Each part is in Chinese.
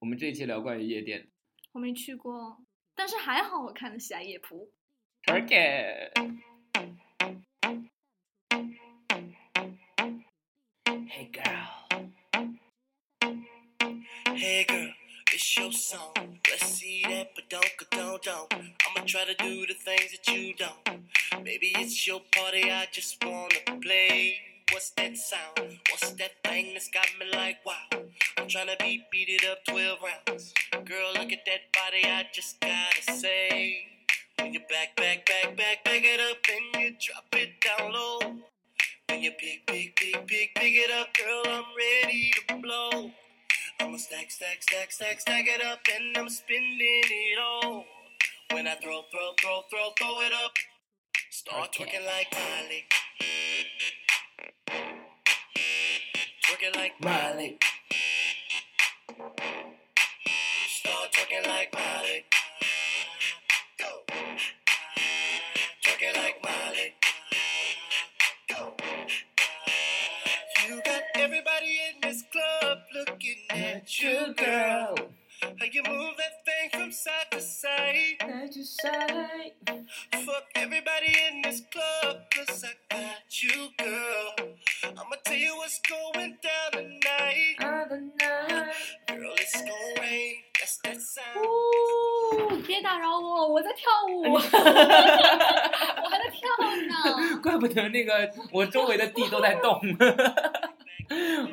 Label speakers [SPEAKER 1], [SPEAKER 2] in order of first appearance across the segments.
[SPEAKER 1] 我们这一期聊关于夜店。
[SPEAKER 2] 我没去过，但是还好我看得起来夜蒲。
[SPEAKER 1] Target。Hey girl,
[SPEAKER 3] Hey girl, it's your song. Let's see that badonka don't don't. I'ma try to do the things that you don't. Baby, it's your party, I just wanna play. What's that sound? What's that thing that's got me like wow? I'm trying to be beat it up 12 rounds. Girl, look at that body, I just gotta say. When you back, back, back, back, back it up and you drop it down low. When you pick, pick, pick, pick, pick it up, girl, I'm ready to blow. I'ma stack, stack, stack, stack, stack it up, and I'm spinning it all. When I throw, throw, throw, throw, throw it up, start
[SPEAKER 1] Okay.
[SPEAKER 3] twerking like Miley. Twerking like
[SPEAKER 1] Molly.
[SPEAKER 3] Miley. Start twerking like Miley. Go. Twerking like Miley. Go. You got everybody in this club looking at you, girl. How you move that thing from side to side.
[SPEAKER 1] That you say.
[SPEAKER 3] Fuck everybody in this club, cause I got you, girl. I'ma tell you what's going down tonight. Girl, it's gonna rain. That's that sound.
[SPEAKER 2] 哦，别打扰我，我在跳舞， 我还在跳呢。
[SPEAKER 1] 怪不得那个我周围的地都在动。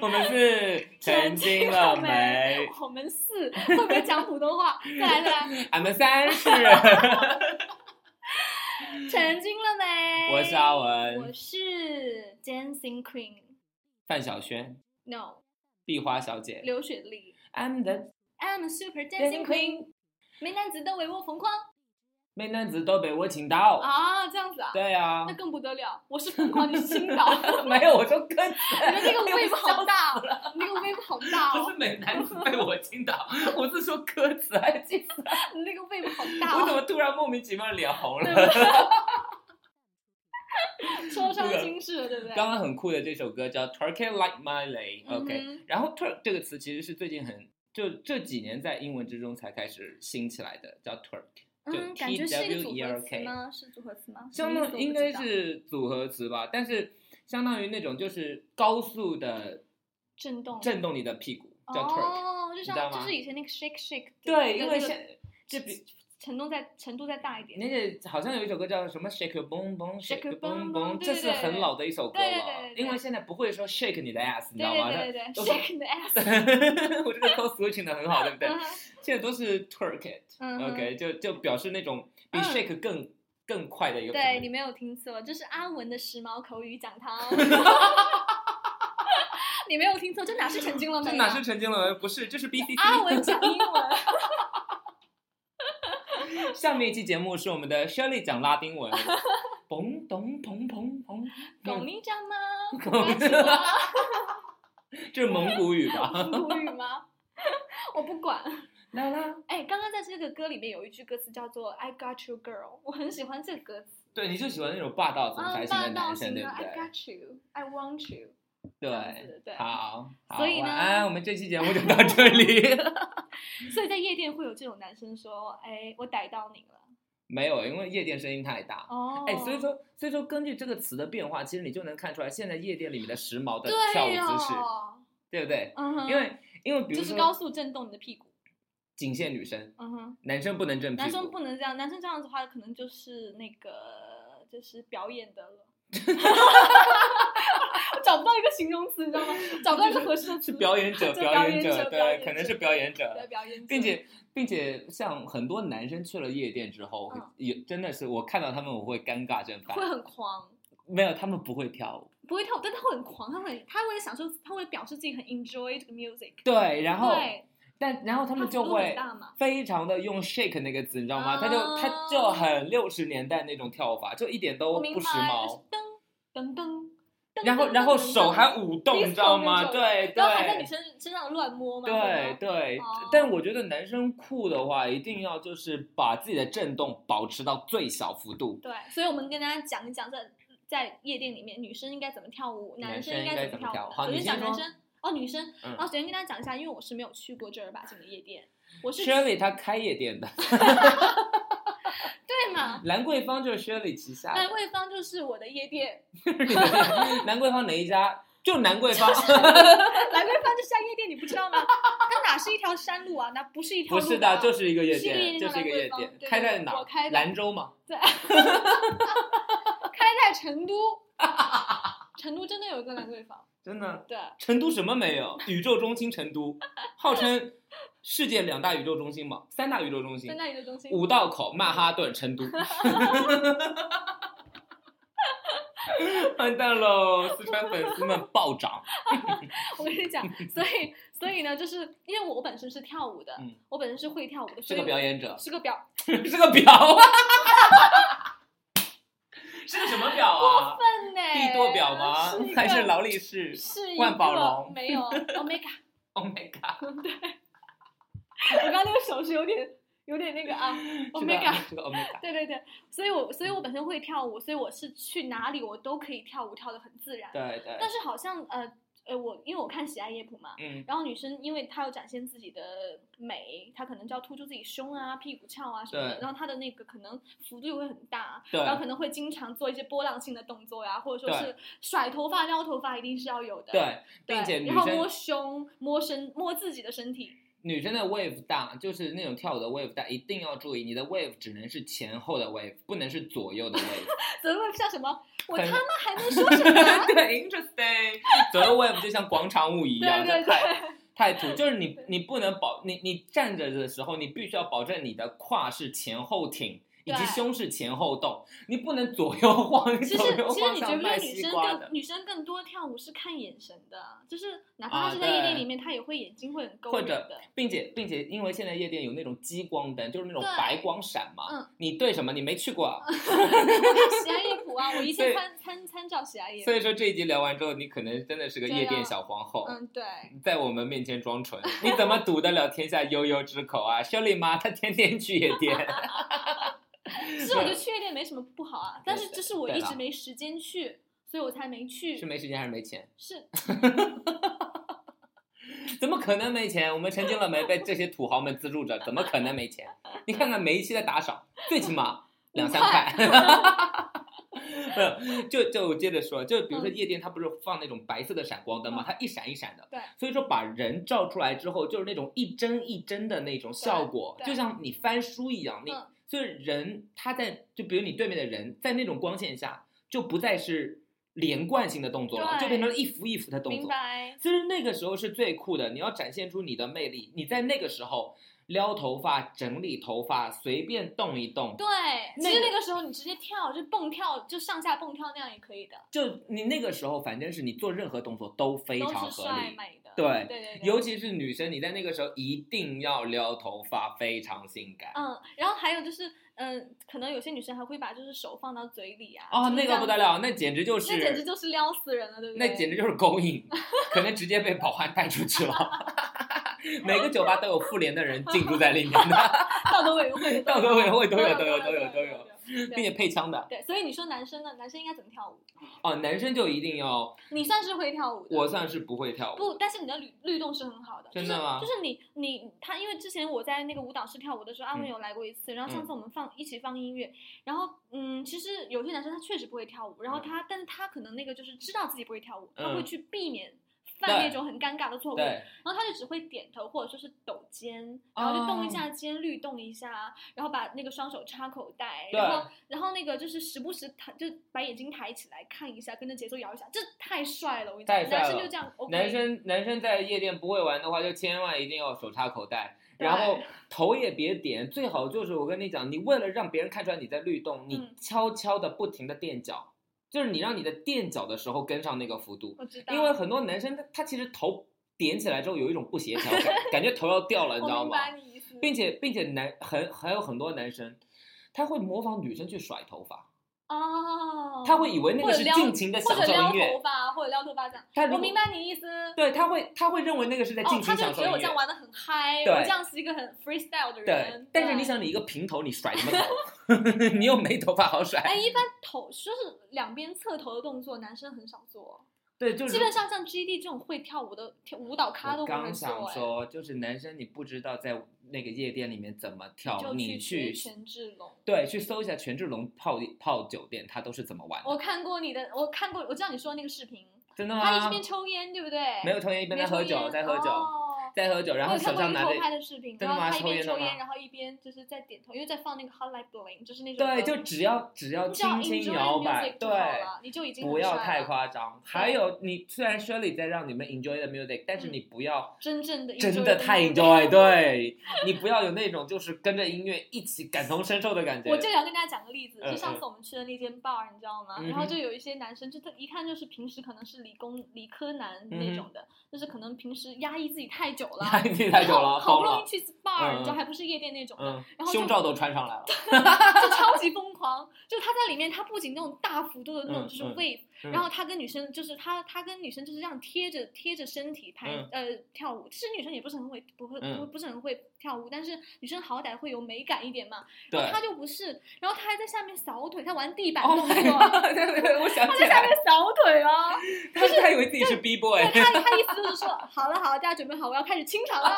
[SPEAKER 1] 我们是曾经了 没？
[SPEAKER 2] 我们四会不会讲普通话？再来再来，
[SPEAKER 1] 俺们三是，
[SPEAKER 2] 成精了没？
[SPEAKER 1] 我是阿
[SPEAKER 2] 我
[SPEAKER 1] 文，
[SPEAKER 2] 是 Dancing Queen。
[SPEAKER 1] 范晓萱，
[SPEAKER 2] No，
[SPEAKER 1] 壁花小姐
[SPEAKER 2] 刘雪丽。
[SPEAKER 1] ，I'm the
[SPEAKER 2] I'm a super dancing
[SPEAKER 1] dancing
[SPEAKER 2] queen，
[SPEAKER 1] queen，
[SPEAKER 2] 美男子都为我疯狂
[SPEAKER 1] 美男子都被我请到。
[SPEAKER 2] 啊！这样子啊，
[SPEAKER 1] 对啊
[SPEAKER 2] 那，更不得了，我 是疯狂，你是青岛，
[SPEAKER 1] 没有，我说哎跟
[SPEAKER 2] 你的那个 wave 好
[SPEAKER 1] 笑
[SPEAKER 2] 大，你那个 wave 好大
[SPEAKER 1] 不
[SPEAKER 2] 哦
[SPEAKER 1] 是，美男子被我倾倒，我是说歌词，还记死了
[SPEAKER 2] 你那个 wave 好大
[SPEAKER 1] 我怎
[SPEAKER 2] 哦，
[SPEAKER 1] 么突然莫名其妙脸红
[SPEAKER 2] 对
[SPEAKER 1] 了？
[SPEAKER 2] 说伤心事了，对不 对？
[SPEAKER 1] 刚刚很酷的这首歌叫《Turkey Like Miley》，OK，、
[SPEAKER 2] 嗯哼
[SPEAKER 1] 然后 Turk 这个词其实是最近很就这几年在英文之中才开始兴起来的，叫 Turk，就
[SPEAKER 2] 嗯，感觉是一个组合词吗？是组合词吗？
[SPEAKER 1] 相
[SPEAKER 2] 什么意思
[SPEAKER 1] 当应该是组合词吧，但是相当于那种就是高速的
[SPEAKER 2] 震动，
[SPEAKER 1] 震动你的屁股，叫 Turk，、
[SPEAKER 2] 哦，就
[SPEAKER 1] 你知道
[SPEAKER 2] 像
[SPEAKER 1] 吗
[SPEAKER 2] 就是以前那个 shake shake，
[SPEAKER 1] 对，因为
[SPEAKER 2] 那个
[SPEAKER 1] 现这比
[SPEAKER 2] 程度再程度再大一点，
[SPEAKER 1] 那个好像有一首歌叫什么 Shake your boom boom
[SPEAKER 2] Shake
[SPEAKER 1] Shake your
[SPEAKER 2] your
[SPEAKER 1] boom
[SPEAKER 2] boom
[SPEAKER 1] boom，
[SPEAKER 2] boom，
[SPEAKER 1] 这
[SPEAKER 2] 对对
[SPEAKER 1] 是很
[SPEAKER 2] 对
[SPEAKER 1] 老的一首歌
[SPEAKER 2] 对对
[SPEAKER 1] 了
[SPEAKER 2] 对，对
[SPEAKER 1] 因为现在不会说 shake 你的 ass，你知
[SPEAKER 2] 对
[SPEAKER 1] 道吗？
[SPEAKER 2] 对对对
[SPEAKER 1] 都
[SPEAKER 2] 对
[SPEAKER 1] 是
[SPEAKER 2] ，shake the ass，
[SPEAKER 1] 我这个 cos 组请的很好，对不对？现在都是 twerk it，OK，、
[SPEAKER 2] 嗯哼
[SPEAKER 1] OK，就就表示那种比
[SPEAKER 2] 嗯
[SPEAKER 1] shake 更、更快的一个频率
[SPEAKER 2] 对你没有听错，这是阿文的时髦口语讲堂。 你没有听错，这哪是成精了没
[SPEAKER 1] 这
[SPEAKER 2] 有？啊
[SPEAKER 1] 哪是陈经嗯纶？不是，这是 BCC。
[SPEAKER 2] 阿文讲 英文？
[SPEAKER 1] 上面一期节目是我们的 Shirley 讲拉丁 文，嘣咚砰砰嗯砰，
[SPEAKER 2] 狗你讲 吗？
[SPEAKER 1] 狗
[SPEAKER 2] 你讲吗
[SPEAKER 1] 这是蒙古 语 吧？
[SPEAKER 2] 蒙古语吗？我不管。
[SPEAKER 1] 啦啦，
[SPEAKER 2] 哎，刚刚在这个歌里面有一句歌词叫做 "I got you, girl"，我很喜欢这个歌词。
[SPEAKER 1] 对，你就喜欢那种霸道总
[SPEAKER 2] 啊
[SPEAKER 1] 裁，型
[SPEAKER 2] 霸
[SPEAKER 1] 的
[SPEAKER 2] 道
[SPEAKER 1] 男生，
[SPEAKER 2] 型
[SPEAKER 1] 对
[SPEAKER 2] 的
[SPEAKER 1] 不
[SPEAKER 2] I
[SPEAKER 1] 对？
[SPEAKER 2] got you, I want you。
[SPEAKER 1] 对。
[SPEAKER 2] 对。
[SPEAKER 1] 好，好
[SPEAKER 2] 所以呢
[SPEAKER 1] 晚安，我们这期节目就到这 里。
[SPEAKER 2] 所以在夜店会有这种男生说：“哎，我逮到你了。
[SPEAKER 1] 没有，因为夜店声音太大”。
[SPEAKER 2] 哦。
[SPEAKER 1] 哎、所以说，所以说，根据这个词的变化，其实你就能看出来，现在夜店里面的时髦的跳舞
[SPEAKER 2] 对
[SPEAKER 1] 姿势，
[SPEAKER 2] 哦，
[SPEAKER 1] 对不对？
[SPEAKER 2] 嗯哼，
[SPEAKER 1] 因为因为比如
[SPEAKER 2] 就是高
[SPEAKER 1] 说，
[SPEAKER 2] 速震动你的屁股。
[SPEAKER 1] 仅限女生，
[SPEAKER 2] 嗯哼，
[SPEAKER 1] 男生不能正屁股，
[SPEAKER 2] 男生不能这样，男生这样子的话，可能就是那个就是表演的 了。我找不到一个形容词，你知道吗？找不到一个合适的词。
[SPEAKER 1] 是表演者，
[SPEAKER 2] 就表
[SPEAKER 1] 演
[SPEAKER 2] 演者表
[SPEAKER 1] 对，
[SPEAKER 2] 演
[SPEAKER 1] 可能
[SPEAKER 2] 者
[SPEAKER 1] 是表演
[SPEAKER 2] 对
[SPEAKER 1] 者，
[SPEAKER 2] 表演者，
[SPEAKER 1] 并且并且，像很多男生去了夜店之后
[SPEAKER 2] 嗯，
[SPEAKER 1] 也真的是我看到他们，我会尴尬症
[SPEAKER 2] 会
[SPEAKER 1] 犯。
[SPEAKER 2] 很狂，
[SPEAKER 1] 没有，他们不会跳舞。
[SPEAKER 2] 不会跳舞，但他会很狂，他会他会享受，他会表示自己很 enjoy 这个 music。
[SPEAKER 1] 对，然后
[SPEAKER 2] 对，
[SPEAKER 1] 但然后他
[SPEAKER 2] 他
[SPEAKER 1] 们就
[SPEAKER 2] 幅度很
[SPEAKER 1] 会
[SPEAKER 2] 大嘛。
[SPEAKER 1] 非常的用 shake 那个字，你知道吗？他就他就
[SPEAKER 2] 啊
[SPEAKER 1] 很六十年代那种跳法，就一点都
[SPEAKER 2] 我明
[SPEAKER 1] 不
[SPEAKER 2] 白，
[SPEAKER 1] 时髦。
[SPEAKER 2] 就是噔噔噔噔，
[SPEAKER 1] 然后然后手还舞动，你知道吗？
[SPEAKER 2] Disco 那种
[SPEAKER 1] 对
[SPEAKER 2] 然后还在你
[SPEAKER 1] 对
[SPEAKER 2] 身身上乱摸嘛，
[SPEAKER 1] 对
[SPEAKER 2] 吗
[SPEAKER 1] 对
[SPEAKER 2] 哦，
[SPEAKER 1] 但我觉得男生酷的话，一定要就是把自己的震动保持到最小幅度。
[SPEAKER 2] 对，所以我们跟大家讲一讲在在夜店里面女生应该怎么跳舞，
[SPEAKER 1] 男
[SPEAKER 2] 生
[SPEAKER 1] 生应该
[SPEAKER 2] 该
[SPEAKER 1] 怎么
[SPEAKER 2] 么
[SPEAKER 1] 跳
[SPEAKER 2] 跳
[SPEAKER 1] 好
[SPEAKER 2] 首
[SPEAKER 1] 你
[SPEAKER 2] 先讲
[SPEAKER 1] 先
[SPEAKER 2] 男
[SPEAKER 1] 说
[SPEAKER 2] 生，哦，女生。
[SPEAKER 1] 嗯
[SPEAKER 2] 然后首先跟大家讲一下，因为我是没有去过正儿八经的夜店，我是
[SPEAKER 1] ，Shirley 她开夜店的，
[SPEAKER 2] 对嘛？
[SPEAKER 1] 兰桂坊就是 Shirley 旗下
[SPEAKER 2] 兰
[SPEAKER 1] 的，
[SPEAKER 2] 桂坊就是我的夜店，
[SPEAKER 1] 兰桂坊哪一家？就兰桂坊，
[SPEAKER 2] 兰桂坊就像夜店，你不知道吗？它哪是一条山路啊？那不是一条
[SPEAKER 1] 不
[SPEAKER 2] 路、啊。
[SPEAKER 1] 是的，就是一个夜
[SPEAKER 2] 是一个夜
[SPEAKER 1] 店，
[SPEAKER 2] 店
[SPEAKER 1] 就
[SPEAKER 2] 叫
[SPEAKER 1] 是一个夜
[SPEAKER 2] 兰桂
[SPEAKER 1] 店
[SPEAKER 2] 坊，对
[SPEAKER 1] 开在哪
[SPEAKER 2] 我开
[SPEAKER 1] 儿？
[SPEAKER 2] 的
[SPEAKER 1] 兰州嘛，
[SPEAKER 2] 开在成 都，成都真的有一个兰桂坊，
[SPEAKER 1] 真的。
[SPEAKER 2] 对。
[SPEAKER 1] 成都什么没有？宇宙中心成都，号称世界两大宇宙中心嘛，三大宇宙中心
[SPEAKER 2] 在，那里的中心，
[SPEAKER 1] 五道口、曼哈顿、成都。完蛋喽！四川粉丝们暴涨。
[SPEAKER 2] 我跟你 讲，所以所以呢，就是因为我本身是跳舞的，
[SPEAKER 1] 嗯
[SPEAKER 2] 我本身是会跳舞的，
[SPEAKER 1] 是
[SPEAKER 2] 所以
[SPEAKER 1] 个
[SPEAKER 2] 我
[SPEAKER 1] 表演者，
[SPEAKER 2] 是个表
[SPEAKER 1] 是个表啊，是个什么表啊？
[SPEAKER 2] 笨呢，
[SPEAKER 1] 帝舵表吗
[SPEAKER 2] 是一？个
[SPEAKER 1] 还是劳力士
[SPEAKER 2] 是一
[SPEAKER 1] 万宝
[SPEAKER 2] 个
[SPEAKER 1] 龙
[SPEAKER 2] 没有 omega，
[SPEAKER 1] ？Oh my god！
[SPEAKER 2] 我刚刚那个手是有点有点那 个啊
[SPEAKER 1] 是个
[SPEAKER 2] ，omega。
[SPEAKER 1] 是个 Omega。
[SPEAKER 2] 对对对，所以我所以我本身会跳舞，所以我是去哪里我都可以跳舞，跳的很自然。
[SPEAKER 1] 对对
[SPEAKER 2] 但，是好像呃呃，我因为我看喜爱夜谱嘛，
[SPEAKER 1] 嗯
[SPEAKER 2] 然后女生因为她要展现自己的美，她可能就要突出自己胸啊、屁股翘啊什么的，
[SPEAKER 1] 对
[SPEAKER 2] 然后她的那个可能幅度也会很大，
[SPEAKER 1] 对
[SPEAKER 2] 然后可能会经常做一些波浪性的动作呀、或者说
[SPEAKER 1] 对
[SPEAKER 2] 是甩头发、撩头发，一定是要有的。
[SPEAKER 1] 对，
[SPEAKER 2] 对，
[SPEAKER 1] 并且女
[SPEAKER 2] 然后
[SPEAKER 1] 生
[SPEAKER 2] 摸胸、摸身、摸自己的身体，
[SPEAKER 1] 女生的 wave 大，就是那种跳舞的 wave 大，一定要注意，你的 wave 只能是前后的 wave，不能是左右的 wave。
[SPEAKER 2] 怎么会像什么？我
[SPEAKER 1] 很
[SPEAKER 2] 他妈还没说什么 啊、
[SPEAKER 1] 对，interesting。左 右 wave 就像广场舞一样，
[SPEAKER 2] 对对
[SPEAKER 1] 这太 太土。就是你你不能保你你站着的时候，你必须要保证你的胯是前后挺。以及
[SPEAKER 2] 对
[SPEAKER 1] 胸是前后动，你不能左右晃，
[SPEAKER 2] 其实
[SPEAKER 1] 左右
[SPEAKER 2] 其实
[SPEAKER 1] 晃像
[SPEAKER 2] 你觉不觉得
[SPEAKER 1] 卖
[SPEAKER 2] 女
[SPEAKER 1] 西
[SPEAKER 2] 生
[SPEAKER 1] 瓜的
[SPEAKER 2] 更，女生更多跳舞是看眼神的，就是哪
[SPEAKER 1] 啊
[SPEAKER 2] 怕她是在夜店
[SPEAKER 1] 对
[SPEAKER 2] 里面，她也会眼睛会很勾
[SPEAKER 1] 或
[SPEAKER 2] 人
[SPEAKER 1] 者
[SPEAKER 2] 的。
[SPEAKER 1] 并且并且因为现在夜店有那种激光灯，就是那种
[SPEAKER 2] 对
[SPEAKER 1] 白光闪嘛。
[SPEAKER 2] 嗯
[SPEAKER 1] 你对什么？你没去过啊，
[SPEAKER 2] 喜爱夜谱啊，我一
[SPEAKER 1] 所以
[SPEAKER 2] 切参参参照喜爱夜
[SPEAKER 1] 所
[SPEAKER 2] 谱。
[SPEAKER 1] 以说这一集聊完之后，你可能真的是个夜店小皇后。
[SPEAKER 2] 嗯，对，
[SPEAKER 1] 在我们面前装纯，你怎么堵得了天下悠悠之口啊？秀丽妈她天天去夜店，
[SPEAKER 2] 其实我觉得去夜店没什么不好啊，但是
[SPEAKER 1] 对
[SPEAKER 2] 这是我
[SPEAKER 1] 对
[SPEAKER 2] 一
[SPEAKER 1] 啦
[SPEAKER 2] 直没时间去，所以我才没去。
[SPEAKER 1] 是没时间还是没钱？
[SPEAKER 2] 是
[SPEAKER 1] 怎么可能没钱？我们陈经了没被这些土豪们资助着，怎么可能没钱？你看看每一期的打赏，最起码两三块。 没有就就我接着说，就比如说夜店，它不是放那种白色的闪光灯吗？
[SPEAKER 2] 嗯
[SPEAKER 1] 它一闪一闪的，
[SPEAKER 2] 对，
[SPEAKER 1] 所以说把人照出来之后，就是那种一帧一帧的那种效果，
[SPEAKER 2] 对
[SPEAKER 1] 就像你翻书一样，你、
[SPEAKER 2] 嗯
[SPEAKER 1] 所以人他在就比如你对面的人在那种光线下就不再是连贯性的动作了，
[SPEAKER 2] 对
[SPEAKER 1] 就变成了一幅一幅的动
[SPEAKER 2] 明
[SPEAKER 1] 作。
[SPEAKER 2] 白。
[SPEAKER 1] 其实那个时候是最酷的，你要展现出你的魅力，你在那个时候撩头发、整理头发、随便动一动，
[SPEAKER 2] 对，
[SPEAKER 1] 那
[SPEAKER 2] 其实
[SPEAKER 1] 个
[SPEAKER 2] 那个时候你直接跳，就蹦跳，就上下蹦跳那样也可以的，
[SPEAKER 1] 就你那个时候反正是你做任何动作都非
[SPEAKER 2] 都
[SPEAKER 1] 常
[SPEAKER 2] 是
[SPEAKER 1] 合
[SPEAKER 2] 帅
[SPEAKER 1] 理。
[SPEAKER 2] 美的。
[SPEAKER 1] 对
[SPEAKER 2] 对对对。
[SPEAKER 1] 尤其是女生，你在那个时候一定要撩头发，非常性感。
[SPEAKER 2] 嗯，然后还有就是，嗯，可能有些女生还会把就是手放到嘴里啊。
[SPEAKER 1] 哦，
[SPEAKER 2] 就是
[SPEAKER 1] 那
[SPEAKER 2] 这
[SPEAKER 1] 个
[SPEAKER 2] 样
[SPEAKER 1] 不得了，那简直就
[SPEAKER 2] 子，
[SPEAKER 1] 是
[SPEAKER 2] 那简直就是撩死人了，对不对？
[SPEAKER 1] 那简直就是勾引，可能直接被保安带出去了。 每个酒吧都有妇联的人进驻在里面的，
[SPEAKER 2] 道德委员会的
[SPEAKER 1] 道德委员会都
[SPEAKER 2] 都
[SPEAKER 1] 有
[SPEAKER 2] 有
[SPEAKER 1] 都有
[SPEAKER 2] 都
[SPEAKER 1] 都有都有
[SPEAKER 2] 有，
[SPEAKER 1] 并且
[SPEAKER 2] 对
[SPEAKER 1] 配枪的
[SPEAKER 2] 对，所以你说男生呢？男生应该怎么跳舞？
[SPEAKER 1] 哦，男生就一定要，
[SPEAKER 2] 你算是会跳舞的，
[SPEAKER 1] 我算是不会跳舞，
[SPEAKER 2] 不，但是你的律律动是很好的，
[SPEAKER 1] 真的吗
[SPEAKER 2] 就是就是你你他，因为之前我在那个舞蹈室跳舞的时候，阿
[SPEAKER 1] 嗯
[SPEAKER 2] 文有来过一次，然后上次我们放、一起放音乐，然后嗯，其实有些男生他确实不会跳舞，然后他、但是他可能那个就是知道自己不会跳舞，他
[SPEAKER 1] 嗯
[SPEAKER 2] 会去避免。犯
[SPEAKER 1] 对
[SPEAKER 2] 那种很尴尬的错误，
[SPEAKER 1] 对
[SPEAKER 2] 然，后他就只会点头或者说是抖肩，然后就动一
[SPEAKER 1] 哦
[SPEAKER 2] 下肩，律动一下，然后把那个双手插口袋，
[SPEAKER 1] 对
[SPEAKER 2] 然后然后那个就是时不时抬，就把眼睛抬起来看一下，跟着节奏摇一下，这太帅了！我跟你讲，
[SPEAKER 1] 太帅
[SPEAKER 2] 男生
[SPEAKER 1] 了
[SPEAKER 2] 就这样，OK，
[SPEAKER 1] 男生男生在夜店不会玩的话，就千万一定要手插口袋，
[SPEAKER 2] 对
[SPEAKER 1] 然后头也别点，最好就是我跟你讲，你为了让别人看出来你在律动，你
[SPEAKER 2] 嗯
[SPEAKER 1] 悄悄的不停的垫脚，就是你让你的垫脚的时候跟上那个幅度，
[SPEAKER 2] 我知道，
[SPEAKER 1] 因为很多男生他他其实头点起来之后有一种不协调 感，感觉头要掉了，你知
[SPEAKER 2] 我
[SPEAKER 1] 道
[SPEAKER 2] 明
[SPEAKER 1] 吗？
[SPEAKER 2] 白你意思，
[SPEAKER 1] 并且并且男很还有很多男生，他会模仿女生去甩头发，
[SPEAKER 2] 哦，
[SPEAKER 1] 他会以为那
[SPEAKER 2] 或
[SPEAKER 1] 个
[SPEAKER 2] 者
[SPEAKER 1] 是
[SPEAKER 2] 撩
[SPEAKER 1] 尽情的
[SPEAKER 2] 或
[SPEAKER 1] 享
[SPEAKER 2] 者
[SPEAKER 1] 受
[SPEAKER 2] 撩
[SPEAKER 1] 音乐
[SPEAKER 2] 头，发或者撩头发这样，
[SPEAKER 1] 他如
[SPEAKER 2] 我
[SPEAKER 1] 果
[SPEAKER 2] 明白你意思。
[SPEAKER 1] 对，他会他会认为那个是在
[SPEAKER 2] 哦
[SPEAKER 1] 尽，情
[SPEAKER 2] 他就
[SPEAKER 1] 享
[SPEAKER 2] 觉
[SPEAKER 1] 受
[SPEAKER 2] 得
[SPEAKER 1] 音
[SPEAKER 2] 我
[SPEAKER 1] 乐
[SPEAKER 2] 这。样玩的很嗨，
[SPEAKER 1] 对
[SPEAKER 2] 我这样是一个很 freestyle
[SPEAKER 1] 对
[SPEAKER 2] 的人。，
[SPEAKER 1] 但是你
[SPEAKER 2] 对，
[SPEAKER 1] 想，你一个平头，你甩什么头？ 你又没头发好甩。
[SPEAKER 2] 哎，一般头就是两边侧头的动作，男生很少做。
[SPEAKER 1] 对，就是
[SPEAKER 2] 基本上像 GD 这种会跳舞的跳舞蹈咖
[SPEAKER 1] 我
[SPEAKER 2] 都不会
[SPEAKER 1] 刚想
[SPEAKER 2] 做、哎，
[SPEAKER 1] 说，就是男生你不知道在那个夜店里面怎么跳，
[SPEAKER 2] 哎就
[SPEAKER 1] 哦你
[SPEAKER 2] 学
[SPEAKER 1] 去
[SPEAKER 2] 权志龙。
[SPEAKER 1] 对去搜一下权志龙泡泡酒店，他都是怎么玩
[SPEAKER 2] 我
[SPEAKER 1] 的？
[SPEAKER 2] 看过你的，我看过，我知道你说的那个视频，
[SPEAKER 1] 真的
[SPEAKER 2] 他一
[SPEAKER 1] 吗？
[SPEAKER 2] 边抽烟，对不对？
[SPEAKER 1] 啊没有抽烟，一边在
[SPEAKER 2] 边抽
[SPEAKER 1] 喝酒，
[SPEAKER 2] 烟
[SPEAKER 1] 在喝酒，
[SPEAKER 2] 哦
[SPEAKER 1] 在喝酒，然后
[SPEAKER 2] 我有
[SPEAKER 1] 手
[SPEAKER 2] 看过
[SPEAKER 1] 上
[SPEAKER 2] 一个
[SPEAKER 1] 拿
[SPEAKER 2] 偷
[SPEAKER 1] 着
[SPEAKER 2] 拍的视频，
[SPEAKER 1] 真
[SPEAKER 2] 然
[SPEAKER 1] 的
[SPEAKER 2] 后
[SPEAKER 1] 吗
[SPEAKER 2] 他一
[SPEAKER 1] 抽
[SPEAKER 2] 边
[SPEAKER 1] 烟的
[SPEAKER 2] 抽
[SPEAKER 1] 吗
[SPEAKER 2] 烟，然后一边就是在点头，因为在放那个 Hot Light Bling，就是那首歌
[SPEAKER 1] 对，就只要只要
[SPEAKER 2] 你只要
[SPEAKER 1] 轻轻
[SPEAKER 2] enjoy
[SPEAKER 1] 摇摆，
[SPEAKER 2] music 就
[SPEAKER 1] 对
[SPEAKER 2] 好，了，你就已经
[SPEAKER 1] 不
[SPEAKER 2] 很
[SPEAKER 1] 要
[SPEAKER 2] 帅
[SPEAKER 1] 太
[SPEAKER 2] 了，
[SPEAKER 1] 夸张。还有，你虽然 Shirley 在让你们 enjoy the music，但是
[SPEAKER 2] 嗯
[SPEAKER 1] 你不要
[SPEAKER 2] 真正的
[SPEAKER 1] 真
[SPEAKER 2] enjoy
[SPEAKER 1] 的太
[SPEAKER 2] music
[SPEAKER 1] enjoy，对你不要有那种就是跟着音乐一起感同身受的感觉。
[SPEAKER 2] 我这个要跟大家讲个例子，
[SPEAKER 1] 嗯
[SPEAKER 2] 就上次我们去的那间 bar，你知道吗？
[SPEAKER 1] 嗯哼
[SPEAKER 2] 然后就有一些男生，就他一看就是平时可能是理工理科
[SPEAKER 1] 嗯
[SPEAKER 2] 男那种的，就是可能平时压抑自己太久了，
[SPEAKER 1] 太近太久了，
[SPEAKER 2] 然后好
[SPEAKER 1] 疯
[SPEAKER 2] 不容易
[SPEAKER 1] 了，
[SPEAKER 2] 去 bar，、
[SPEAKER 1] 嗯嗯
[SPEAKER 2] 你知道还不是夜店那种的，
[SPEAKER 1] 嗯，
[SPEAKER 2] 然后就
[SPEAKER 1] 胸罩都穿上来了，
[SPEAKER 2] 就超级疯狂。就他在里面，他不仅那种大幅度的那种
[SPEAKER 1] 嗯
[SPEAKER 2] 就是
[SPEAKER 1] 嗯
[SPEAKER 2] wave，、
[SPEAKER 1] 嗯
[SPEAKER 2] 然后他跟女生就是他他跟女生就是这样贴着贴着身体拍、
[SPEAKER 1] 嗯
[SPEAKER 2] 呃跳舞。其实女生也不是很会，不会
[SPEAKER 1] 嗯
[SPEAKER 2] 不不是很会跳舞，但是女生好歹会有美感一点嘛。
[SPEAKER 1] 对。
[SPEAKER 2] 他就不是，然后他还在下面扫腿，他玩地板动
[SPEAKER 1] Oh
[SPEAKER 2] 作
[SPEAKER 1] my god！对对对，我想
[SPEAKER 2] 他
[SPEAKER 1] 起
[SPEAKER 2] 在下
[SPEAKER 1] 来
[SPEAKER 2] 面，扫腿哦。
[SPEAKER 1] 他他以为自己是 B
[SPEAKER 2] 对
[SPEAKER 1] boy，
[SPEAKER 2] 他他意思就是说，好了好了，大家准备好，我要开始清场了。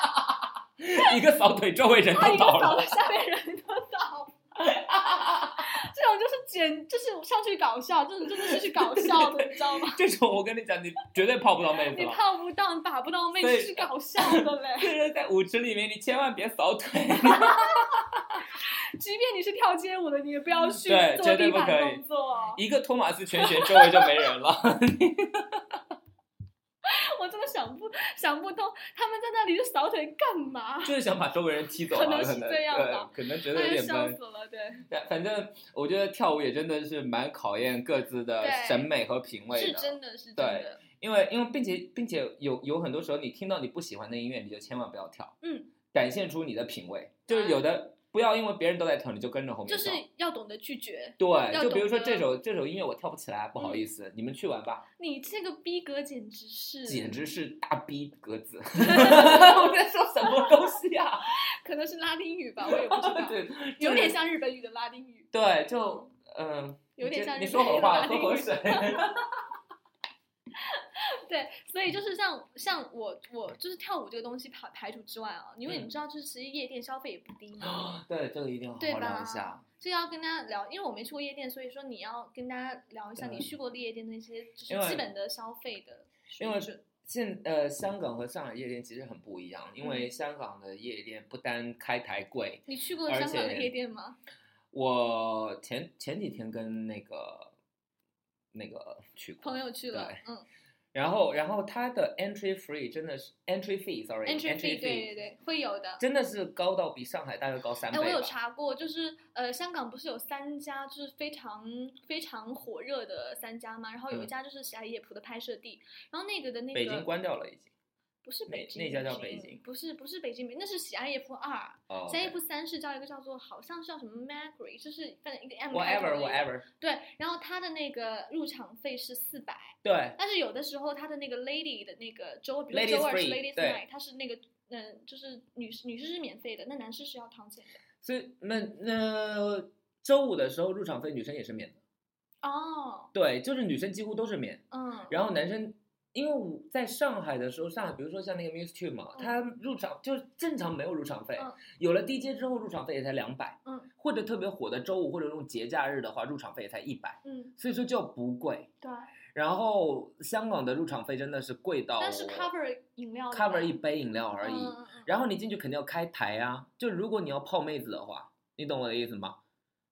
[SPEAKER 1] 一个扫腿，周围人
[SPEAKER 2] 他
[SPEAKER 1] 都
[SPEAKER 2] 一个
[SPEAKER 1] 倒
[SPEAKER 2] 扫
[SPEAKER 1] 哎了
[SPEAKER 2] 到。下面人都倒 了。这种就是简，就是上去搞笑，这种真的是去搞笑的，你知道吗？
[SPEAKER 1] 这种我跟你讲，你绝 对泡不到妹子
[SPEAKER 2] 你
[SPEAKER 1] 了。
[SPEAKER 2] 泡不到，你把不到妹
[SPEAKER 1] 所以
[SPEAKER 2] 子是搞笑的嘞。
[SPEAKER 1] 就是在舞池里面，你千万别扫腿。
[SPEAKER 2] 即便你是跳街舞的，你也不要去
[SPEAKER 1] 嗯对
[SPEAKER 2] 做
[SPEAKER 1] 绝对
[SPEAKER 2] 地
[SPEAKER 1] 不
[SPEAKER 2] 板
[SPEAKER 1] 可以
[SPEAKER 2] 动作。
[SPEAKER 1] 一个托马斯全旋，周围就没人了。
[SPEAKER 2] 我真的想不想不通，他们在那里就扫腿干嘛？
[SPEAKER 1] 就是想把周围人踢走吧，
[SPEAKER 2] 可能是
[SPEAKER 1] 能
[SPEAKER 2] 这样吧
[SPEAKER 1] 对，可能觉得有
[SPEAKER 2] 哎呀，
[SPEAKER 1] 点
[SPEAKER 2] 笑
[SPEAKER 1] 闷。
[SPEAKER 2] 死了，对。
[SPEAKER 1] 但反正我觉得跳舞也真的是蛮考验各自的
[SPEAKER 2] 对
[SPEAKER 1] 审美和品味
[SPEAKER 2] 是
[SPEAKER 1] 的，
[SPEAKER 2] 真的是真
[SPEAKER 1] 对
[SPEAKER 2] 的，
[SPEAKER 1] 因为因为并且并且有有很多时候你听到你不喜欢的音乐，你就千万不要跳，
[SPEAKER 2] 嗯，
[SPEAKER 1] 展现出你的品味。就是有的不要因为别人都在跳，你就跟着后面
[SPEAKER 2] 就
[SPEAKER 1] 跳。
[SPEAKER 2] 是要懂得拒绝。
[SPEAKER 1] 对，
[SPEAKER 2] 要
[SPEAKER 1] 就比如说
[SPEAKER 2] 懂得
[SPEAKER 1] 这首这首音乐我跳不起来，不好
[SPEAKER 2] 嗯
[SPEAKER 1] 意思，你们去玩吧，
[SPEAKER 2] 你这个逼格简直是，
[SPEAKER 1] 简直是大逼格 子。 我在说什么东西啊？
[SPEAKER 2] 可能是拉丁语吧，我也不知道，
[SPEAKER 1] 对，
[SPEAKER 2] 有点
[SPEAKER 1] 像。
[SPEAKER 2] 像日本语的拉丁语，
[SPEAKER 1] 对，就嗯，
[SPEAKER 2] 有
[SPEAKER 1] 你这
[SPEAKER 2] 点像
[SPEAKER 1] 你
[SPEAKER 2] 日
[SPEAKER 1] 说
[SPEAKER 2] 本
[SPEAKER 1] 会
[SPEAKER 2] 人的
[SPEAKER 1] 话，
[SPEAKER 2] 拉
[SPEAKER 1] 喝
[SPEAKER 2] 丁
[SPEAKER 1] 口
[SPEAKER 2] 语
[SPEAKER 1] 水。
[SPEAKER 2] 对，所以就是像像我我就是跳舞这个东西排排除之外啊，因为
[SPEAKER 1] 嗯
[SPEAKER 2] 你知道，就是其实夜店消费也不低嘛，
[SPEAKER 1] 对，这个一定要好
[SPEAKER 2] 对
[SPEAKER 1] 好聊一
[SPEAKER 2] 吧
[SPEAKER 1] 下。
[SPEAKER 2] 这要跟大家聊，因为我没去过夜店，所以说你要跟大家聊一下你
[SPEAKER 1] 对
[SPEAKER 2] 去过的夜店的一些就是
[SPEAKER 1] 因为
[SPEAKER 2] 基本的消费的水
[SPEAKER 1] 因为
[SPEAKER 2] 准，
[SPEAKER 1] 现呃，香港和上海夜店其实很不一样，因
[SPEAKER 2] 嗯
[SPEAKER 1] 为香港的夜店不单开台贵。
[SPEAKER 2] 你去过
[SPEAKER 1] 而
[SPEAKER 2] 香港的
[SPEAKER 1] 且
[SPEAKER 2] 夜店吗？
[SPEAKER 1] 我前前几天跟那个那个去过
[SPEAKER 2] 朋，友去了
[SPEAKER 1] 对，
[SPEAKER 2] 嗯
[SPEAKER 1] 然后然后它的 entry free 真的是 entry fee，sorry
[SPEAKER 2] ，entry
[SPEAKER 1] entry
[SPEAKER 2] fee 对对对，会有的。
[SPEAKER 1] 真的是高到比上海大约高三倍
[SPEAKER 2] 哎，
[SPEAKER 1] 吧。
[SPEAKER 2] 我有查过，就是呃，香港不是有三家就是非常非常火热的三家嘛，然后有一
[SPEAKER 1] 嗯
[SPEAKER 2] 家就是《侠义夜蒲》的拍摄地，然后那个的那个
[SPEAKER 1] 北京关掉了已经。
[SPEAKER 2] 不是
[SPEAKER 1] 那
[SPEAKER 2] 北京，
[SPEAKER 1] 那家叫北京
[SPEAKER 2] 不是不是北京，那是《喜爱夜蒲二》，
[SPEAKER 1] 哦
[SPEAKER 2] 《喜爱夜蒲三》是叫一个叫做好像是叫什么 Magri，就是反正一个 M 开头的
[SPEAKER 1] whatever
[SPEAKER 2] 一个
[SPEAKER 1] whatever，
[SPEAKER 2] 对，然后它的那个入场费是四百，
[SPEAKER 1] 对，
[SPEAKER 2] 但是有的时候它的那个 lady 的那个周，比如说
[SPEAKER 1] Ladies
[SPEAKER 2] 周二是
[SPEAKER 1] free，
[SPEAKER 2] ladies
[SPEAKER 1] 对
[SPEAKER 2] night，它是那个嗯，就是女士女士是免费的，那男士是要掏钱的。
[SPEAKER 1] 所以那那周五的时候入场费女生也是免的，
[SPEAKER 2] 哦，
[SPEAKER 1] 对，就是女生几乎都是免，
[SPEAKER 2] 嗯，
[SPEAKER 1] 然后男生。因为我在上海的时候，上海比如说像那个 Muse Two 嘛，
[SPEAKER 2] 嗯
[SPEAKER 1] 它入场就是正常没有入场费
[SPEAKER 2] 嗯，
[SPEAKER 1] 有了 DJ 之后入场费也才两百，
[SPEAKER 2] 嗯
[SPEAKER 1] 或者特别火的周五或者那种节假日的话，入场费也才一百，
[SPEAKER 2] 嗯，
[SPEAKER 1] 所以说就不贵。
[SPEAKER 2] 对，啊
[SPEAKER 1] 然后香港的入场费真的是贵到
[SPEAKER 2] 但是 cover 饮料的
[SPEAKER 1] 哦 cover
[SPEAKER 2] 吧
[SPEAKER 1] 一杯饮料而已，
[SPEAKER 2] 嗯嗯嗯
[SPEAKER 1] 然后你进去肯定要开台啊，就如果你要泡妹子的话，你懂我的意思吗？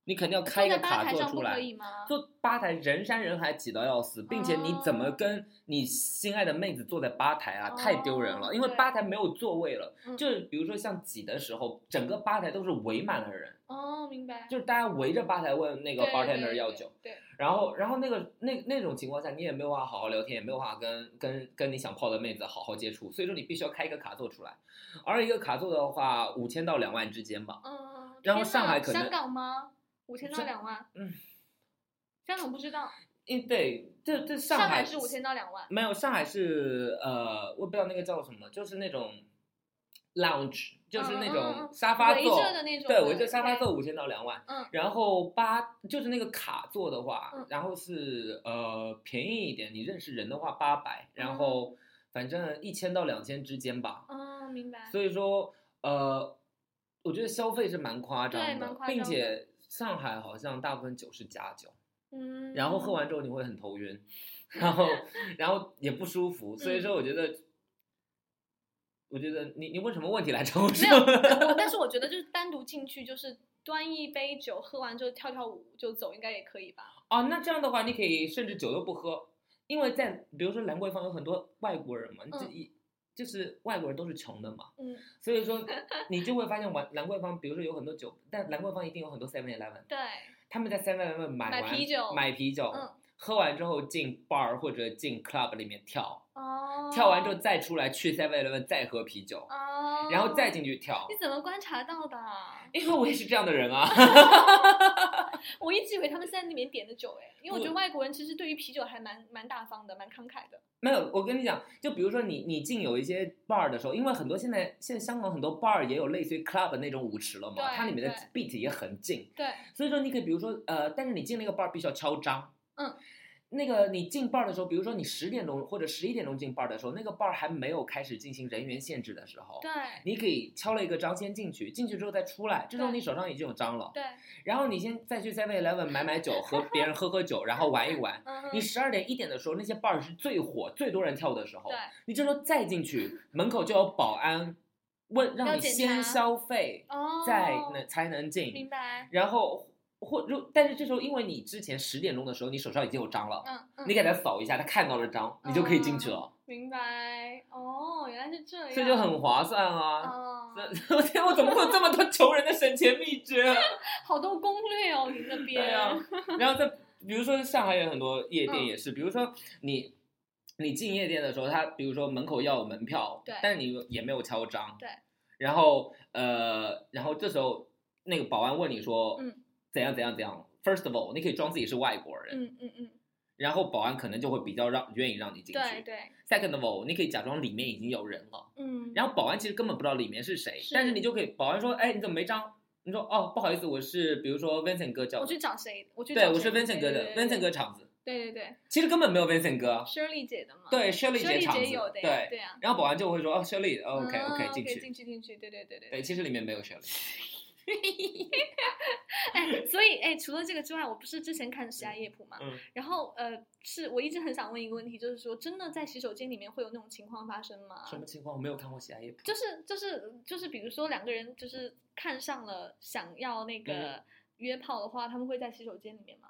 [SPEAKER 1] 你肯定要开一
[SPEAKER 2] 坐
[SPEAKER 1] 个
[SPEAKER 2] 嗯在吧
[SPEAKER 1] 卡
[SPEAKER 2] 台
[SPEAKER 1] 做
[SPEAKER 2] 上
[SPEAKER 1] 出
[SPEAKER 2] 不可
[SPEAKER 1] 来。
[SPEAKER 2] 以吗？
[SPEAKER 1] 坐吧台人山人海，挤到要死，并且你怎么
[SPEAKER 2] 哦
[SPEAKER 1] 跟你心爱的妹子坐在吧台啊？太丢人了，因为
[SPEAKER 2] 哦
[SPEAKER 1] 吧台没有座位了。
[SPEAKER 2] 嗯
[SPEAKER 1] 就是比如说像挤的时候，整个吧台都是围满了人，
[SPEAKER 2] 哦，明白。
[SPEAKER 1] 就是大家围着吧台问那
[SPEAKER 2] 那
[SPEAKER 1] 个 bartender 要酒。，
[SPEAKER 2] 对对，
[SPEAKER 1] 然后，然后那个那那种情况下，你也没有办法好好聊天，也没有办法跟跟跟你想泡的妹子好好接触，所以说你必须要开一个卡座出来，而一个卡座的话，五千到两万之间吧。
[SPEAKER 2] 嗯。
[SPEAKER 1] 然后
[SPEAKER 2] 天
[SPEAKER 1] 上
[SPEAKER 2] 哪
[SPEAKER 1] 海可
[SPEAKER 2] 香
[SPEAKER 1] 能
[SPEAKER 2] 港吗？五千到
[SPEAKER 1] 这
[SPEAKER 2] 两万。
[SPEAKER 1] 嗯。
[SPEAKER 2] 香港不知道，
[SPEAKER 1] 嗯，对，这这上
[SPEAKER 2] 上
[SPEAKER 1] 海
[SPEAKER 2] 是五千到两万。
[SPEAKER 1] 没有，上海是呃，我不知道那个叫什么，就是那种 lounge，就是那
[SPEAKER 2] 嗯嗯
[SPEAKER 1] 种
[SPEAKER 2] 嗯
[SPEAKER 1] 沙发
[SPEAKER 2] 围
[SPEAKER 1] 座，
[SPEAKER 2] 着的那种
[SPEAKER 1] 对，
[SPEAKER 2] 的
[SPEAKER 1] 围着沙发
[SPEAKER 2] 对
[SPEAKER 1] 座五千到两万。
[SPEAKER 2] 嗯
[SPEAKER 1] 然后八就是那个卡座的话，
[SPEAKER 2] 嗯
[SPEAKER 1] 然后是呃便宜一点，你认识人的话八百，然后反正一千到两千之间吧。
[SPEAKER 2] 嗯，明白。
[SPEAKER 1] 所以说呃，我觉得消费是蛮夸张
[SPEAKER 2] 对
[SPEAKER 1] 的，
[SPEAKER 2] 蛮夸
[SPEAKER 1] 并
[SPEAKER 2] 张
[SPEAKER 1] 且上海好像大部分酒是假酒，
[SPEAKER 2] 嗯，
[SPEAKER 1] 然后喝完之后你会很头晕，然后然后也不舒服，所以说我觉得。我觉得你你问什么问题来着？我
[SPEAKER 2] 没有，
[SPEAKER 1] 说
[SPEAKER 2] 我但是我觉得就是单独进去，就是端一杯酒，喝完之后跳跳舞就走，应该也可以吧？
[SPEAKER 1] 哦，那这样的话，你可以甚至酒都不喝，因为在比如说兰桂坊有很多外国人嘛，你这
[SPEAKER 2] 嗯
[SPEAKER 1] 一就是外国人都是穷的嘛，
[SPEAKER 2] 嗯，
[SPEAKER 1] 所以 说你就会发现玩兰桂坊，比如说有很多酒，但兰桂坊一定有很多 Seven Eleven，
[SPEAKER 2] 对，
[SPEAKER 1] 他们在 Seven Eleven 买
[SPEAKER 2] 买
[SPEAKER 1] 完
[SPEAKER 2] 啤酒
[SPEAKER 1] 买啤酒，
[SPEAKER 2] 嗯
[SPEAKER 1] 喝完之后进 bar 或者进 club 里面跳，
[SPEAKER 2] 哦，
[SPEAKER 1] 跳完之后再出来去 Seven Eleven 再喝啤酒，
[SPEAKER 2] 哦，
[SPEAKER 1] 然后再进去跳
[SPEAKER 2] 你，怎么观察到的啊？
[SPEAKER 1] 因为我也是这样的人啊。
[SPEAKER 2] 我一直以为他们是在里面点的酒，哎，因为我觉得
[SPEAKER 1] 不
[SPEAKER 2] 外国人其实对于啤酒还蛮蛮大方的，蛮慷慨的。
[SPEAKER 1] 没有，我跟你讲，就比如说你你进有一些 bar 的时候，因为很多现在现在香港很多 bar 也有类似于 club 的那种舞池了嘛，
[SPEAKER 2] 对
[SPEAKER 1] 它里面的
[SPEAKER 2] 对
[SPEAKER 1] beat 也很近，
[SPEAKER 2] 对，
[SPEAKER 1] 所以说你可以比如说呃，但是你进那个 bar 必须要敲章，
[SPEAKER 2] 嗯，
[SPEAKER 1] 那个你进 bar 的时候，比如说你十点钟或者十一点钟进 bar 的时候，那个 bar 还没有开始进行人员限制的时候，
[SPEAKER 2] 对，
[SPEAKER 1] 你可以敲了一个章先进去，进去之后再出来，这时候
[SPEAKER 2] 对
[SPEAKER 1] 你手上已经有章了，
[SPEAKER 2] 对，
[SPEAKER 1] 然后你先再去 Seven Eleven 买买酒，和别人喝喝酒，然后玩一 玩。
[SPEAKER 2] 嗯哼，
[SPEAKER 1] 你十二点一点的时候，那些 bar 是最火、最多人跳舞的时候。
[SPEAKER 2] 对，
[SPEAKER 1] 你这时候再进去，门口就有保安问，让
[SPEAKER 2] 要
[SPEAKER 1] 你
[SPEAKER 2] 检
[SPEAKER 1] 先
[SPEAKER 2] 查
[SPEAKER 1] 消费，
[SPEAKER 2] 哦，
[SPEAKER 1] 再能才能
[SPEAKER 2] 明
[SPEAKER 1] 进。
[SPEAKER 2] 白，
[SPEAKER 1] 然后或如，但是这时候因为你之前十点钟的时候，你手上已经有章了，
[SPEAKER 2] 嗯，嗯哦
[SPEAKER 1] 你给他扫一下，他看到了章，你就可以进去了，
[SPEAKER 2] 明白，哦，原来是这样，
[SPEAKER 1] 所以就很划算啊。
[SPEAKER 2] 哦，
[SPEAKER 1] 那 我天，我怎么会有这么多穷人的省钱秘诀？啊
[SPEAKER 2] 好多攻略哦，你那边，
[SPEAKER 1] 对啊， 然后再比如说上海有很多夜店
[SPEAKER 2] 嗯
[SPEAKER 1] 也是，比如说你你进夜店的时候，他比如说门口要有门票，
[SPEAKER 2] 对
[SPEAKER 1] 但是你也没有敲章，
[SPEAKER 2] 对，
[SPEAKER 1] 然后呃，然后这时候那个保安问你说，
[SPEAKER 2] 嗯，
[SPEAKER 1] 怎样怎样怎样，first of all，你可以装自己是外国人，
[SPEAKER 2] 嗯嗯嗯，
[SPEAKER 1] 然后保安可能就会比较让愿意让你进
[SPEAKER 2] 对
[SPEAKER 1] 去
[SPEAKER 2] 对，
[SPEAKER 1] ，second of all，你可以假装里面已经有人了，
[SPEAKER 2] 嗯，
[SPEAKER 1] 然后保安其实根本不知道里面是谁，
[SPEAKER 2] 是
[SPEAKER 1] 但是你就可以保安说，哎，你怎么没章？你说哦，不好意思，我是比如说 Vincent 哥叫
[SPEAKER 2] 我去找谁？我去
[SPEAKER 1] 对，
[SPEAKER 2] 找
[SPEAKER 1] 我是
[SPEAKER 2] 谁
[SPEAKER 1] Vincent 哥的
[SPEAKER 2] 对对对
[SPEAKER 1] ，Vincent 哥场子，
[SPEAKER 2] 对对对
[SPEAKER 1] 其实根本没有 Vincent 哥，
[SPEAKER 2] ，Shirley 姐的嘛，
[SPEAKER 1] 对，Shirley 姐
[SPEAKER 2] ，Shirley
[SPEAKER 1] 场
[SPEAKER 2] 姐
[SPEAKER 1] 子
[SPEAKER 2] 有，的呀，
[SPEAKER 1] 对，
[SPEAKER 2] 对啊
[SPEAKER 1] 然后保安就会说哦，Shirley，OK
[SPEAKER 2] 嗯
[SPEAKER 1] OK 进
[SPEAKER 2] 进
[SPEAKER 1] 去，
[SPEAKER 2] 进去进去，对对对对
[SPEAKER 1] 对，其实里面没有 Shirley，
[SPEAKER 2] 哎， 所以哎，除了这个之外，我不是之前看《喜爱夜蒲》嘛，
[SPEAKER 1] 嗯
[SPEAKER 2] 然后呃，是我一直很想问一个问题，就是说，真的在洗手间里面会有那种情况发生吗？
[SPEAKER 1] 什么情况？我没有看过喜爱夜哦蒲，
[SPEAKER 2] 就是就是就是，比如说两个人就是看上了，想要那个
[SPEAKER 1] 嗯
[SPEAKER 2] 约炮的话，他们会在洗手间里面吗？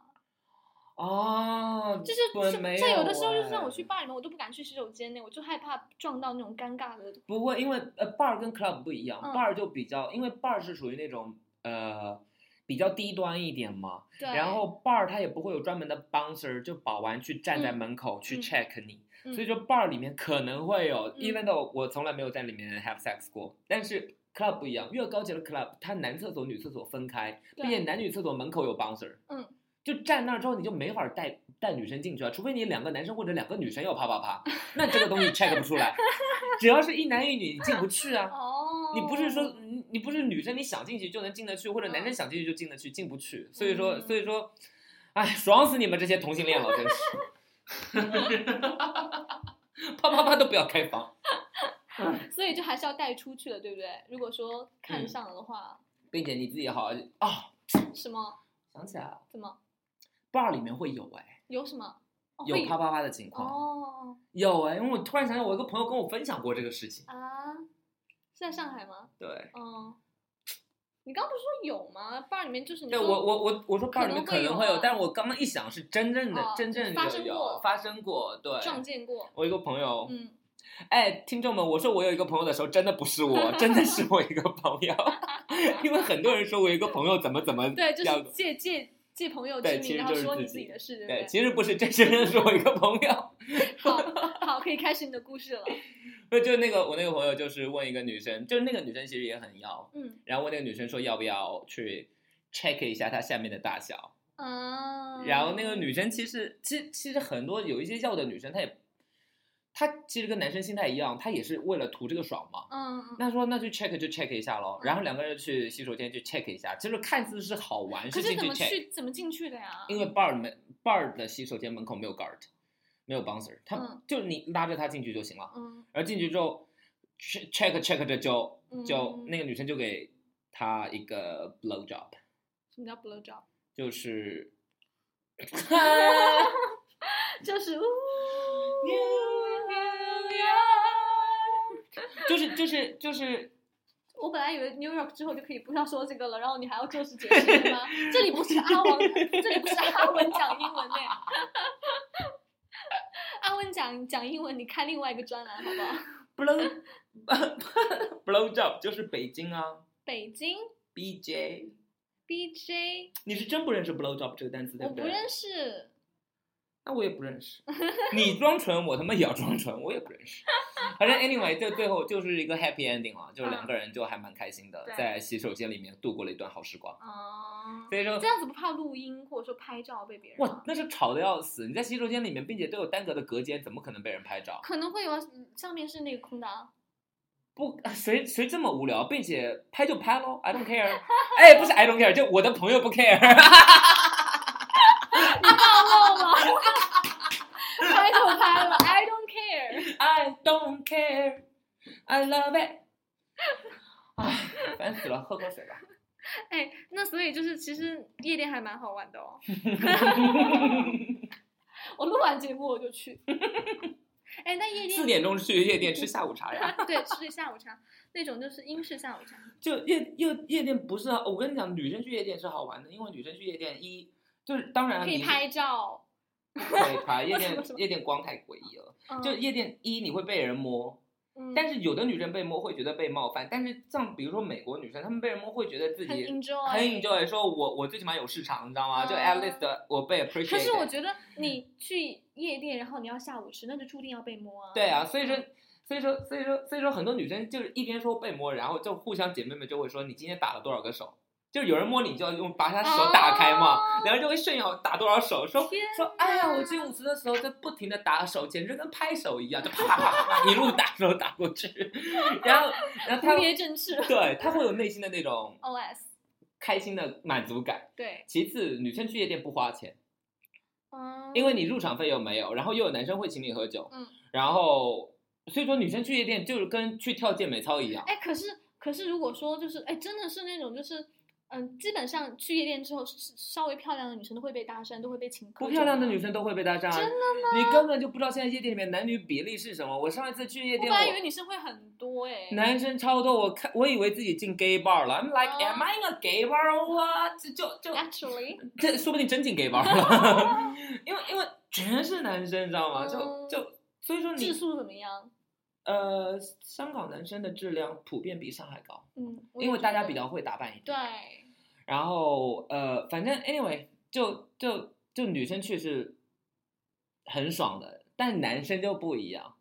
[SPEAKER 1] 哦，
[SPEAKER 2] 就是
[SPEAKER 1] 我
[SPEAKER 2] 这
[SPEAKER 1] 没
[SPEAKER 2] 这有的时候，就
[SPEAKER 1] 哎
[SPEAKER 2] 是让我去吧里面，我都不敢去洗手间内，我就害怕撞到那种尴尬的。
[SPEAKER 1] 不会，因为呃 bar 跟 club 不一样
[SPEAKER 2] 嗯
[SPEAKER 1] ，bar 就比较，因为 bar 是属于那种呃比较低端一点嘛，
[SPEAKER 2] 对，
[SPEAKER 1] 然后 bar 它也不会有专门的 bouncer，就保安去站在
[SPEAKER 2] 嗯
[SPEAKER 1] 门口去
[SPEAKER 2] 嗯
[SPEAKER 1] check 你，
[SPEAKER 2] 嗯
[SPEAKER 1] 所以说 bar 里面可能会有、
[SPEAKER 2] 嗯
[SPEAKER 1] e v e n though 我从来没有在里面 have sex 过，但是 club 不一样，越高级的 club 它男厕所女厕所分开，并且
[SPEAKER 2] 对
[SPEAKER 1] 男女厕所门口有 bouncer，
[SPEAKER 2] 嗯，
[SPEAKER 1] 就站那儿之后你就没法带带女生进去啊，除非你两个男生或者两个女生要啪啪啪，那这个东西 check 不出来， 只要是一男一女你进不去啊。
[SPEAKER 2] 哦，
[SPEAKER 1] 你不是说你你不是女生，你想进去就能进得去，或者男生想进去就进得去，进不去。所以说，
[SPEAKER 2] 嗯
[SPEAKER 1] 所以说，哎，爽死你们这些同性恋了，真是。 啪啪啪都不要开房，
[SPEAKER 2] 所以就还是要带出去的，对不对？如果说看
[SPEAKER 1] 嗯
[SPEAKER 2] 上了的话，
[SPEAKER 1] 并且你自己好好啊，
[SPEAKER 2] 什么
[SPEAKER 1] 想起来了
[SPEAKER 2] 怎么
[SPEAKER 1] ，bar 里面会有哎，
[SPEAKER 2] 有什么？哦
[SPEAKER 1] 有
[SPEAKER 2] 会
[SPEAKER 1] 啪啪啪的情况，
[SPEAKER 2] 哦
[SPEAKER 1] 有哎，因为我突然想起来，我一个朋友跟我分享过这个事情，
[SPEAKER 2] 啊，是在上海吗？
[SPEAKER 1] 对。
[SPEAKER 2] 嗯，你刚不是说有吗？吧里面就是你
[SPEAKER 1] 对
[SPEAKER 2] 说
[SPEAKER 1] 我我我我说
[SPEAKER 2] 可
[SPEAKER 1] bar 里面
[SPEAKER 2] 能
[SPEAKER 1] 可
[SPEAKER 2] 会
[SPEAKER 1] 能
[SPEAKER 2] 有
[SPEAKER 1] 会有，
[SPEAKER 2] 啊
[SPEAKER 1] 但是我刚刚一想是真正的
[SPEAKER 2] 哦
[SPEAKER 1] 真
[SPEAKER 2] 就是
[SPEAKER 1] 正
[SPEAKER 2] 发
[SPEAKER 1] 的
[SPEAKER 2] 生
[SPEAKER 1] 有
[SPEAKER 2] 过
[SPEAKER 1] 发生过，对，
[SPEAKER 2] 撞见过，
[SPEAKER 1] 我一个朋友，
[SPEAKER 2] 嗯，
[SPEAKER 1] 哎，听众们，我说我有一个朋友的时候，真的不是我，真的是我一个朋友， 因为很多人说我有一个朋友怎么怎么
[SPEAKER 2] 对，就
[SPEAKER 1] 样
[SPEAKER 2] 是借借借朋友
[SPEAKER 1] 对
[SPEAKER 2] 之
[SPEAKER 1] 其实
[SPEAKER 2] 名，然后
[SPEAKER 1] 就是
[SPEAKER 2] 说
[SPEAKER 1] 自
[SPEAKER 2] 你
[SPEAKER 1] 己
[SPEAKER 2] 己的事，对不
[SPEAKER 1] 对，
[SPEAKER 2] 对？
[SPEAKER 1] 其实不是，这真的是我一个朋友。
[SPEAKER 2] 好好，可以开始你的故事了。
[SPEAKER 1] 不就那个我那个朋友，就是问一个女生，就是那个女生其实也很要，
[SPEAKER 2] 嗯
[SPEAKER 1] 然后问那个女生说要不要去 check 一下她下面的大小，
[SPEAKER 2] 啊，
[SPEAKER 1] 然后那个女生其实其实其实很多有一些要的女生她也他其实跟男生心态一样，他也是为了图这个爽嘛。
[SPEAKER 2] 嗯嗯嗯。
[SPEAKER 1] 那说那就 check 就 check 一下咯，然后两个人去洗手间去 check 一下，就是看似是好玩，
[SPEAKER 2] 可是
[SPEAKER 1] 进
[SPEAKER 2] 怎
[SPEAKER 1] 去
[SPEAKER 2] 么
[SPEAKER 1] check，
[SPEAKER 2] 去怎么进去的呀？
[SPEAKER 1] 因为 bar 门 bar 的洗手间门口没有 guard，没有 bouncer，他、
[SPEAKER 2] 嗯
[SPEAKER 1] 就是你拉着他进去就行了。
[SPEAKER 2] 嗯
[SPEAKER 1] 而进去之后，che-，check check 着就就、
[SPEAKER 2] 嗯
[SPEAKER 1] 那个女生就给他一个 blow job，
[SPEAKER 2] 什么叫 blow job？
[SPEAKER 1] 就是
[SPEAKER 2] 就是呜，
[SPEAKER 1] 就是就是就是
[SPEAKER 2] 我本来以为 New York 之后就可以不要说这个了，然后你还要做事解释对吗？这里不是阿王，这里不是阿文讲英文呢、阿文讲讲英文，你开另外一个专栏好不好？
[SPEAKER 1] blow blow job，就是北京啊
[SPEAKER 2] 北京
[SPEAKER 1] BJ，
[SPEAKER 2] BJ，
[SPEAKER 1] 你是真不认识 blow job 这个单词对
[SPEAKER 2] 我
[SPEAKER 1] 不对？
[SPEAKER 2] 不认识，
[SPEAKER 1] 那我也不认识，你装纯，我他妈也要装纯，我也不认识。反正 anyway，就最后就是一个 happy ending 了，就是两个人就还蛮开心的，
[SPEAKER 2] 对
[SPEAKER 1] 在洗手间里面度过了一段好时光。
[SPEAKER 2] 哦、
[SPEAKER 1] 所以说
[SPEAKER 2] 这，样子不怕录音或者说拍照被别人
[SPEAKER 1] 哇
[SPEAKER 2] 吗，？
[SPEAKER 1] 那是吵得要死！你在洗手间里面，并且都有单隔的隔间，怎么可能被人拍照？
[SPEAKER 2] 可能会有啊上面是那个空 的啊，
[SPEAKER 1] 不，啊谁谁这么无聊，并且拍就拍喽，I don't care。哎，不是 I don't care，就我的朋友不 care。
[SPEAKER 2] 暴露了， 拍就拍了，I don't care。
[SPEAKER 1] I don't care，I love it。啊，烦死了，喝口水吧。
[SPEAKER 2] 哎，那所以就是其实夜店还蛮好玩的哦。 我录完节目我就去。 哎，那夜
[SPEAKER 1] 四
[SPEAKER 2] 店
[SPEAKER 1] 点钟去夜店吃下午茶呀。
[SPEAKER 2] 对吃下午茶那种就是英式下午茶，
[SPEAKER 1] 就夜夜夜店不是啊，我跟你讲，女生去夜店是好玩的，因为女生去夜店一就是当然
[SPEAKER 2] 可以
[SPEAKER 1] 你
[SPEAKER 2] 拍照。
[SPEAKER 1] 可以拍，夜
[SPEAKER 2] 为
[SPEAKER 1] 店
[SPEAKER 2] 什么
[SPEAKER 1] 夜店光太诡异了。
[SPEAKER 2] 嗯
[SPEAKER 1] 就夜店一你会被人摸，
[SPEAKER 2] 嗯
[SPEAKER 1] 但是有的女生被摸会觉得被冒犯，但是像比如说美国女生，她们被人摸会觉得自
[SPEAKER 2] 很
[SPEAKER 1] 己
[SPEAKER 2] enjoy，
[SPEAKER 1] 很 enjoy，说我我最起码有市场，你知道吗？就
[SPEAKER 2] 嗯
[SPEAKER 1] at least 的我被 appreciate。
[SPEAKER 2] 可是我觉
[SPEAKER 1] 嗯
[SPEAKER 2] 得你去夜店，然后你要下午吃，那就注定要被摸啊。
[SPEAKER 1] 对啊，所以说。所以说，所以说，所以说，很多女生就是一边说被摸，然后就互相姐妹们就会说你今天打了多少个手，就是有人摸你就要用把她手打开嘛，然后就会炫耀打多少手，说
[SPEAKER 2] 天
[SPEAKER 1] 说哎呀，我去舞池的时候在不停的打手，简直跟拍手一样，就啪啪啪啪啪一路打手打过去，然后然后她
[SPEAKER 2] 特别正 式
[SPEAKER 1] 对她会有内心的那种
[SPEAKER 2] OS
[SPEAKER 1] 开心的满足感。
[SPEAKER 2] 对，
[SPEAKER 1] 其次，女生去夜店不花钱，
[SPEAKER 2] 嗯，
[SPEAKER 1] 因为你入场费又没有，然后又有男生会请你喝酒，
[SPEAKER 2] 嗯，
[SPEAKER 1] 然后所以说女生去夜店就是跟去跳健美操一样，
[SPEAKER 2] 哎，可是可是，如果说就是哎，真的是那种就是，嗯，基本上去夜店之后，是稍微漂亮的女生都会被搭讪，都会被请客。
[SPEAKER 1] 不漂亮的女，生都会被搭讪，
[SPEAKER 2] 真的
[SPEAKER 1] 吗？你根本就不知道现在夜店里面男女比例是什么。我上一次去夜
[SPEAKER 2] 我本
[SPEAKER 1] 店，
[SPEAKER 2] 来以为
[SPEAKER 1] 我
[SPEAKER 2] 女生会很多哎。
[SPEAKER 1] 男生超多，我看我以为自己进 gay bar 了，I'm like、
[SPEAKER 2] 哦
[SPEAKER 1] am I in a gay bar or what？就就就
[SPEAKER 2] 哎 Actually，
[SPEAKER 1] 这说不定真进 gay bar 了，因为因为全是男生，你知道吗？就
[SPEAKER 2] 嗯
[SPEAKER 1] 就所以说
[SPEAKER 2] 质
[SPEAKER 1] 你
[SPEAKER 2] 素怎么样？
[SPEAKER 1] 呃，香港男生的质量普遍比上海高，
[SPEAKER 2] 嗯，我也
[SPEAKER 1] 因为大
[SPEAKER 2] 觉
[SPEAKER 1] 家
[SPEAKER 2] 得
[SPEAKER 1] 比较会打扮一点。
[SPEAKER 2] 对，
[SPEAKER 1] 然后呃，反正 anyway，就就就女生去是很爽的，但男生就不一样，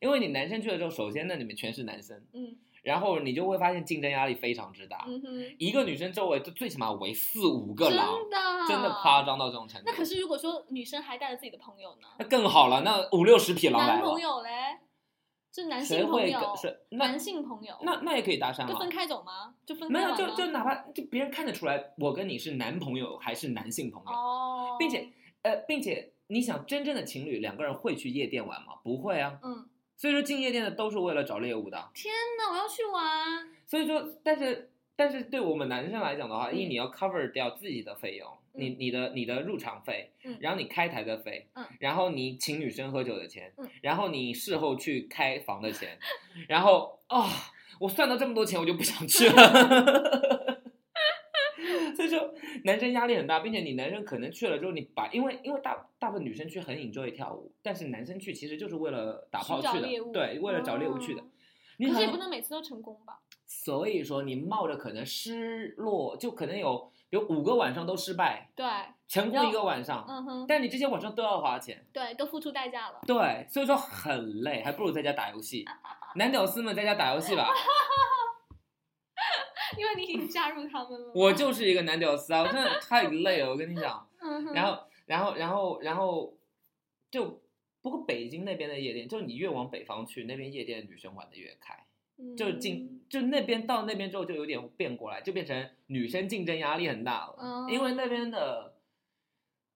[SPEAKER 1] 因为你男生去了之后，首先那里面全是男生，
[SPEAKER 2] 嗯
[SPEAKER 1] 然后你就会发现竞争压力非常之大，
[SPEAKER 2] 嗯哼，
[SPEAKER 1] 一个女生周围就最起码围四五个狼
[SPEAKER 2] 真，的
[SPEAKER 1] 真的夸。张到这种程度。
[SPEAKER 2] 那可是如果说女生还带着自己的朋友呢？
[SPEAKER 1] 那更好了，那五六十匹狼
[SPEAKER 2] 男
[SPEAKER 1] 来了
[SPEAKER 2] 朋，友嘞，就男
[SPEAKER 1] 谁
[SPEAKER 2] 性朋
[SPEAKER 1] 会跟
[SPEAKER 2] 友，
[SPEAKER 1] 谁？那
[SPEAKER 2] 男性朋友，
[SPEAKER 1] 那那也可以搭讪
[SPEAKER 2] 就
[SPEAKER 1] 啊
[SPEAKER 2] 分。开走吗？就分开
[SPEAKER 1] 没有，
[SPEAKER 2] 玩
[SPEAKER 1] 就
[SPEAKER 2] 吗
[SPEAKER 1] 就哪怕就别人看得出来，我跟你是男朋友还是男性朋友，
[SPEAKER 2] 哦，
[SPEAKER 1] 并且呃，并且你想真正的情侣两个人会去夜店玩吗？不会啊。
[SPEAKER 2] 嗯，
[SPEAKER 1] 所以说进夜店的都是为了找猎物的。
[SPEAKER 2] 那我要去玩。
[SPEAKER 1] 所以说，但是但是对我们男生来讲的话，
[SPEAKER 2] 嗯
[SPEAKER 1] 一你要 cover 掉自己的费用，
[SPEAKER 2] 嗯
[SPEAKER 1] 你你的你的入场费，
[SPEAKER 2] 嗯
[SPEAKER 1] 然后你开台的费，
[SPEAKER 2] 嗯
[SPEAKER 1] 然后你请女生喝酒的钱，
[SPEAKER 2] 嗯
[SPEAKER 1] 然后你事后去开房的钱，然后哦，我算到这么多钱，我就不想去了。 所以说，男生压力很大，并且你男生可能去了之后，你把因为因为大大部分女生去很 enjoy 跳舞，但是男生去其实就是为了打炮
[SPEAKER 2] 寻找
[SPEAKER 1] 去的
[SPEAKER 2] 猎物，
[SPEAKER 1] 对，为了找猎物去的
[SPEAKER 2] 哦。
[SPEAKER 1] 你
[SPEAKER 2] 可
[SPEAKER 1] 很
[SPEAKER 2] 是也不能每次都成功吧？
[SPEAKER 1] 所以说，你冒着可能失落，就可能有有五个晚上都失败，
[SPEAKER 2] 对，
[SPEAKER 1] 成功一个晚上，
[SPEAKER 2] 嗯哼，
[SPEAKER 1] 但你这些晚上都要花钱，
[SPEAKER 2] 对，都付出代价了。
[SPEAKER 1] 对，所以说很累，还不如在家打游戏。男屌丝们在家打游戏吧，
[SPEAKER 2] 因为你已经加入他们了。
[SPEAKER 1] 我就是一个男屌丝啊，我真 的太累了，我跟你讲。
[SPEAKER 2] 嗯哼，
[SPEAKER 1] 然后，然后，然后，然后，就不过北京那边的夜店，就是你越往北方去，那边夜店女生玩的越开，就
[SPEAKER 2] 嗯
[SPEAKER 1] 竞就那边到那边之后就有点变过来，就变成女生竞争压力很大了，
[SPEAKER 2] 嗯
[SPEAKER 1] 因为那边的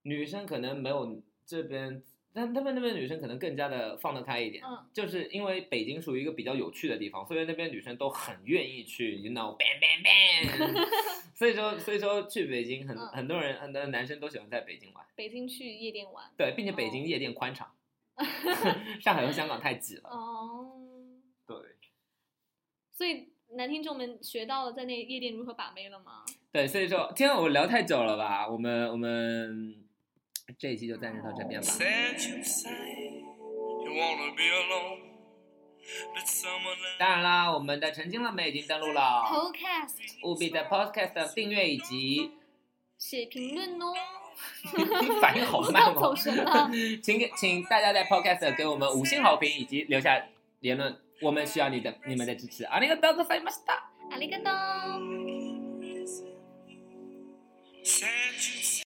[SPEAKER 1] 女生可能没有这边，但他们那边的女生可能更加的放得开一点，
[SPEAKER 2] 嗯
[SPEAKER 1] 就是因为北京属于一个比较有趣的地方，所以那边女生都很愿意去，you know bang bang bang，所以说所以说去北京很、
[SPEAKER 2] 嗯
[SPEAKER 1] 很多人很多男生都喜欢在北京玩，
[SPEAKER 2] 北京去夜店玩。
[SPEAKER 1] 对，并且
[SPEAKER 2] 嗯
[SPEAKER 1] 北京夜店宽敞， 上海和香港太挤了，
[SPEAKER 2] 哦，
[SPEAKER 1] 对
[SPEAKER 2] 所以男听众们学到了在那夜店如何把妹了吗？
[SPEAKER 1] 对，所以说天啊，我聊太久了吧，我们我们这一期就暂时到这边吧。
[SPEAKER 3] Said you say you wanna be alone, but someone
[SPEAKER 1] 当然啦，我们的《陈经浪妹》已经登录了，
[SPEAKER 2] Podcast
[SPEAKER 1] 务必在 Podcast 上订阅以及
[SPEAKER 2] 写评论哦，
[SPEAKER 1] 你 反应好
[SPEAKER 2] 不知
[SPEAKER 1] 慢
[SPEAKER 2] 道
[SPEAKER 1] 哦
[SPEAKER 2] 走。神 了。
[SPEAKER 1] 请给请大家在 Podcast 给我们五星好评以及留下言论，我们需要你的你们的支持。啊ありがとうございました。
[SPEAKER 2] 阿里嘎多。
[SPEAKER 3] Said you say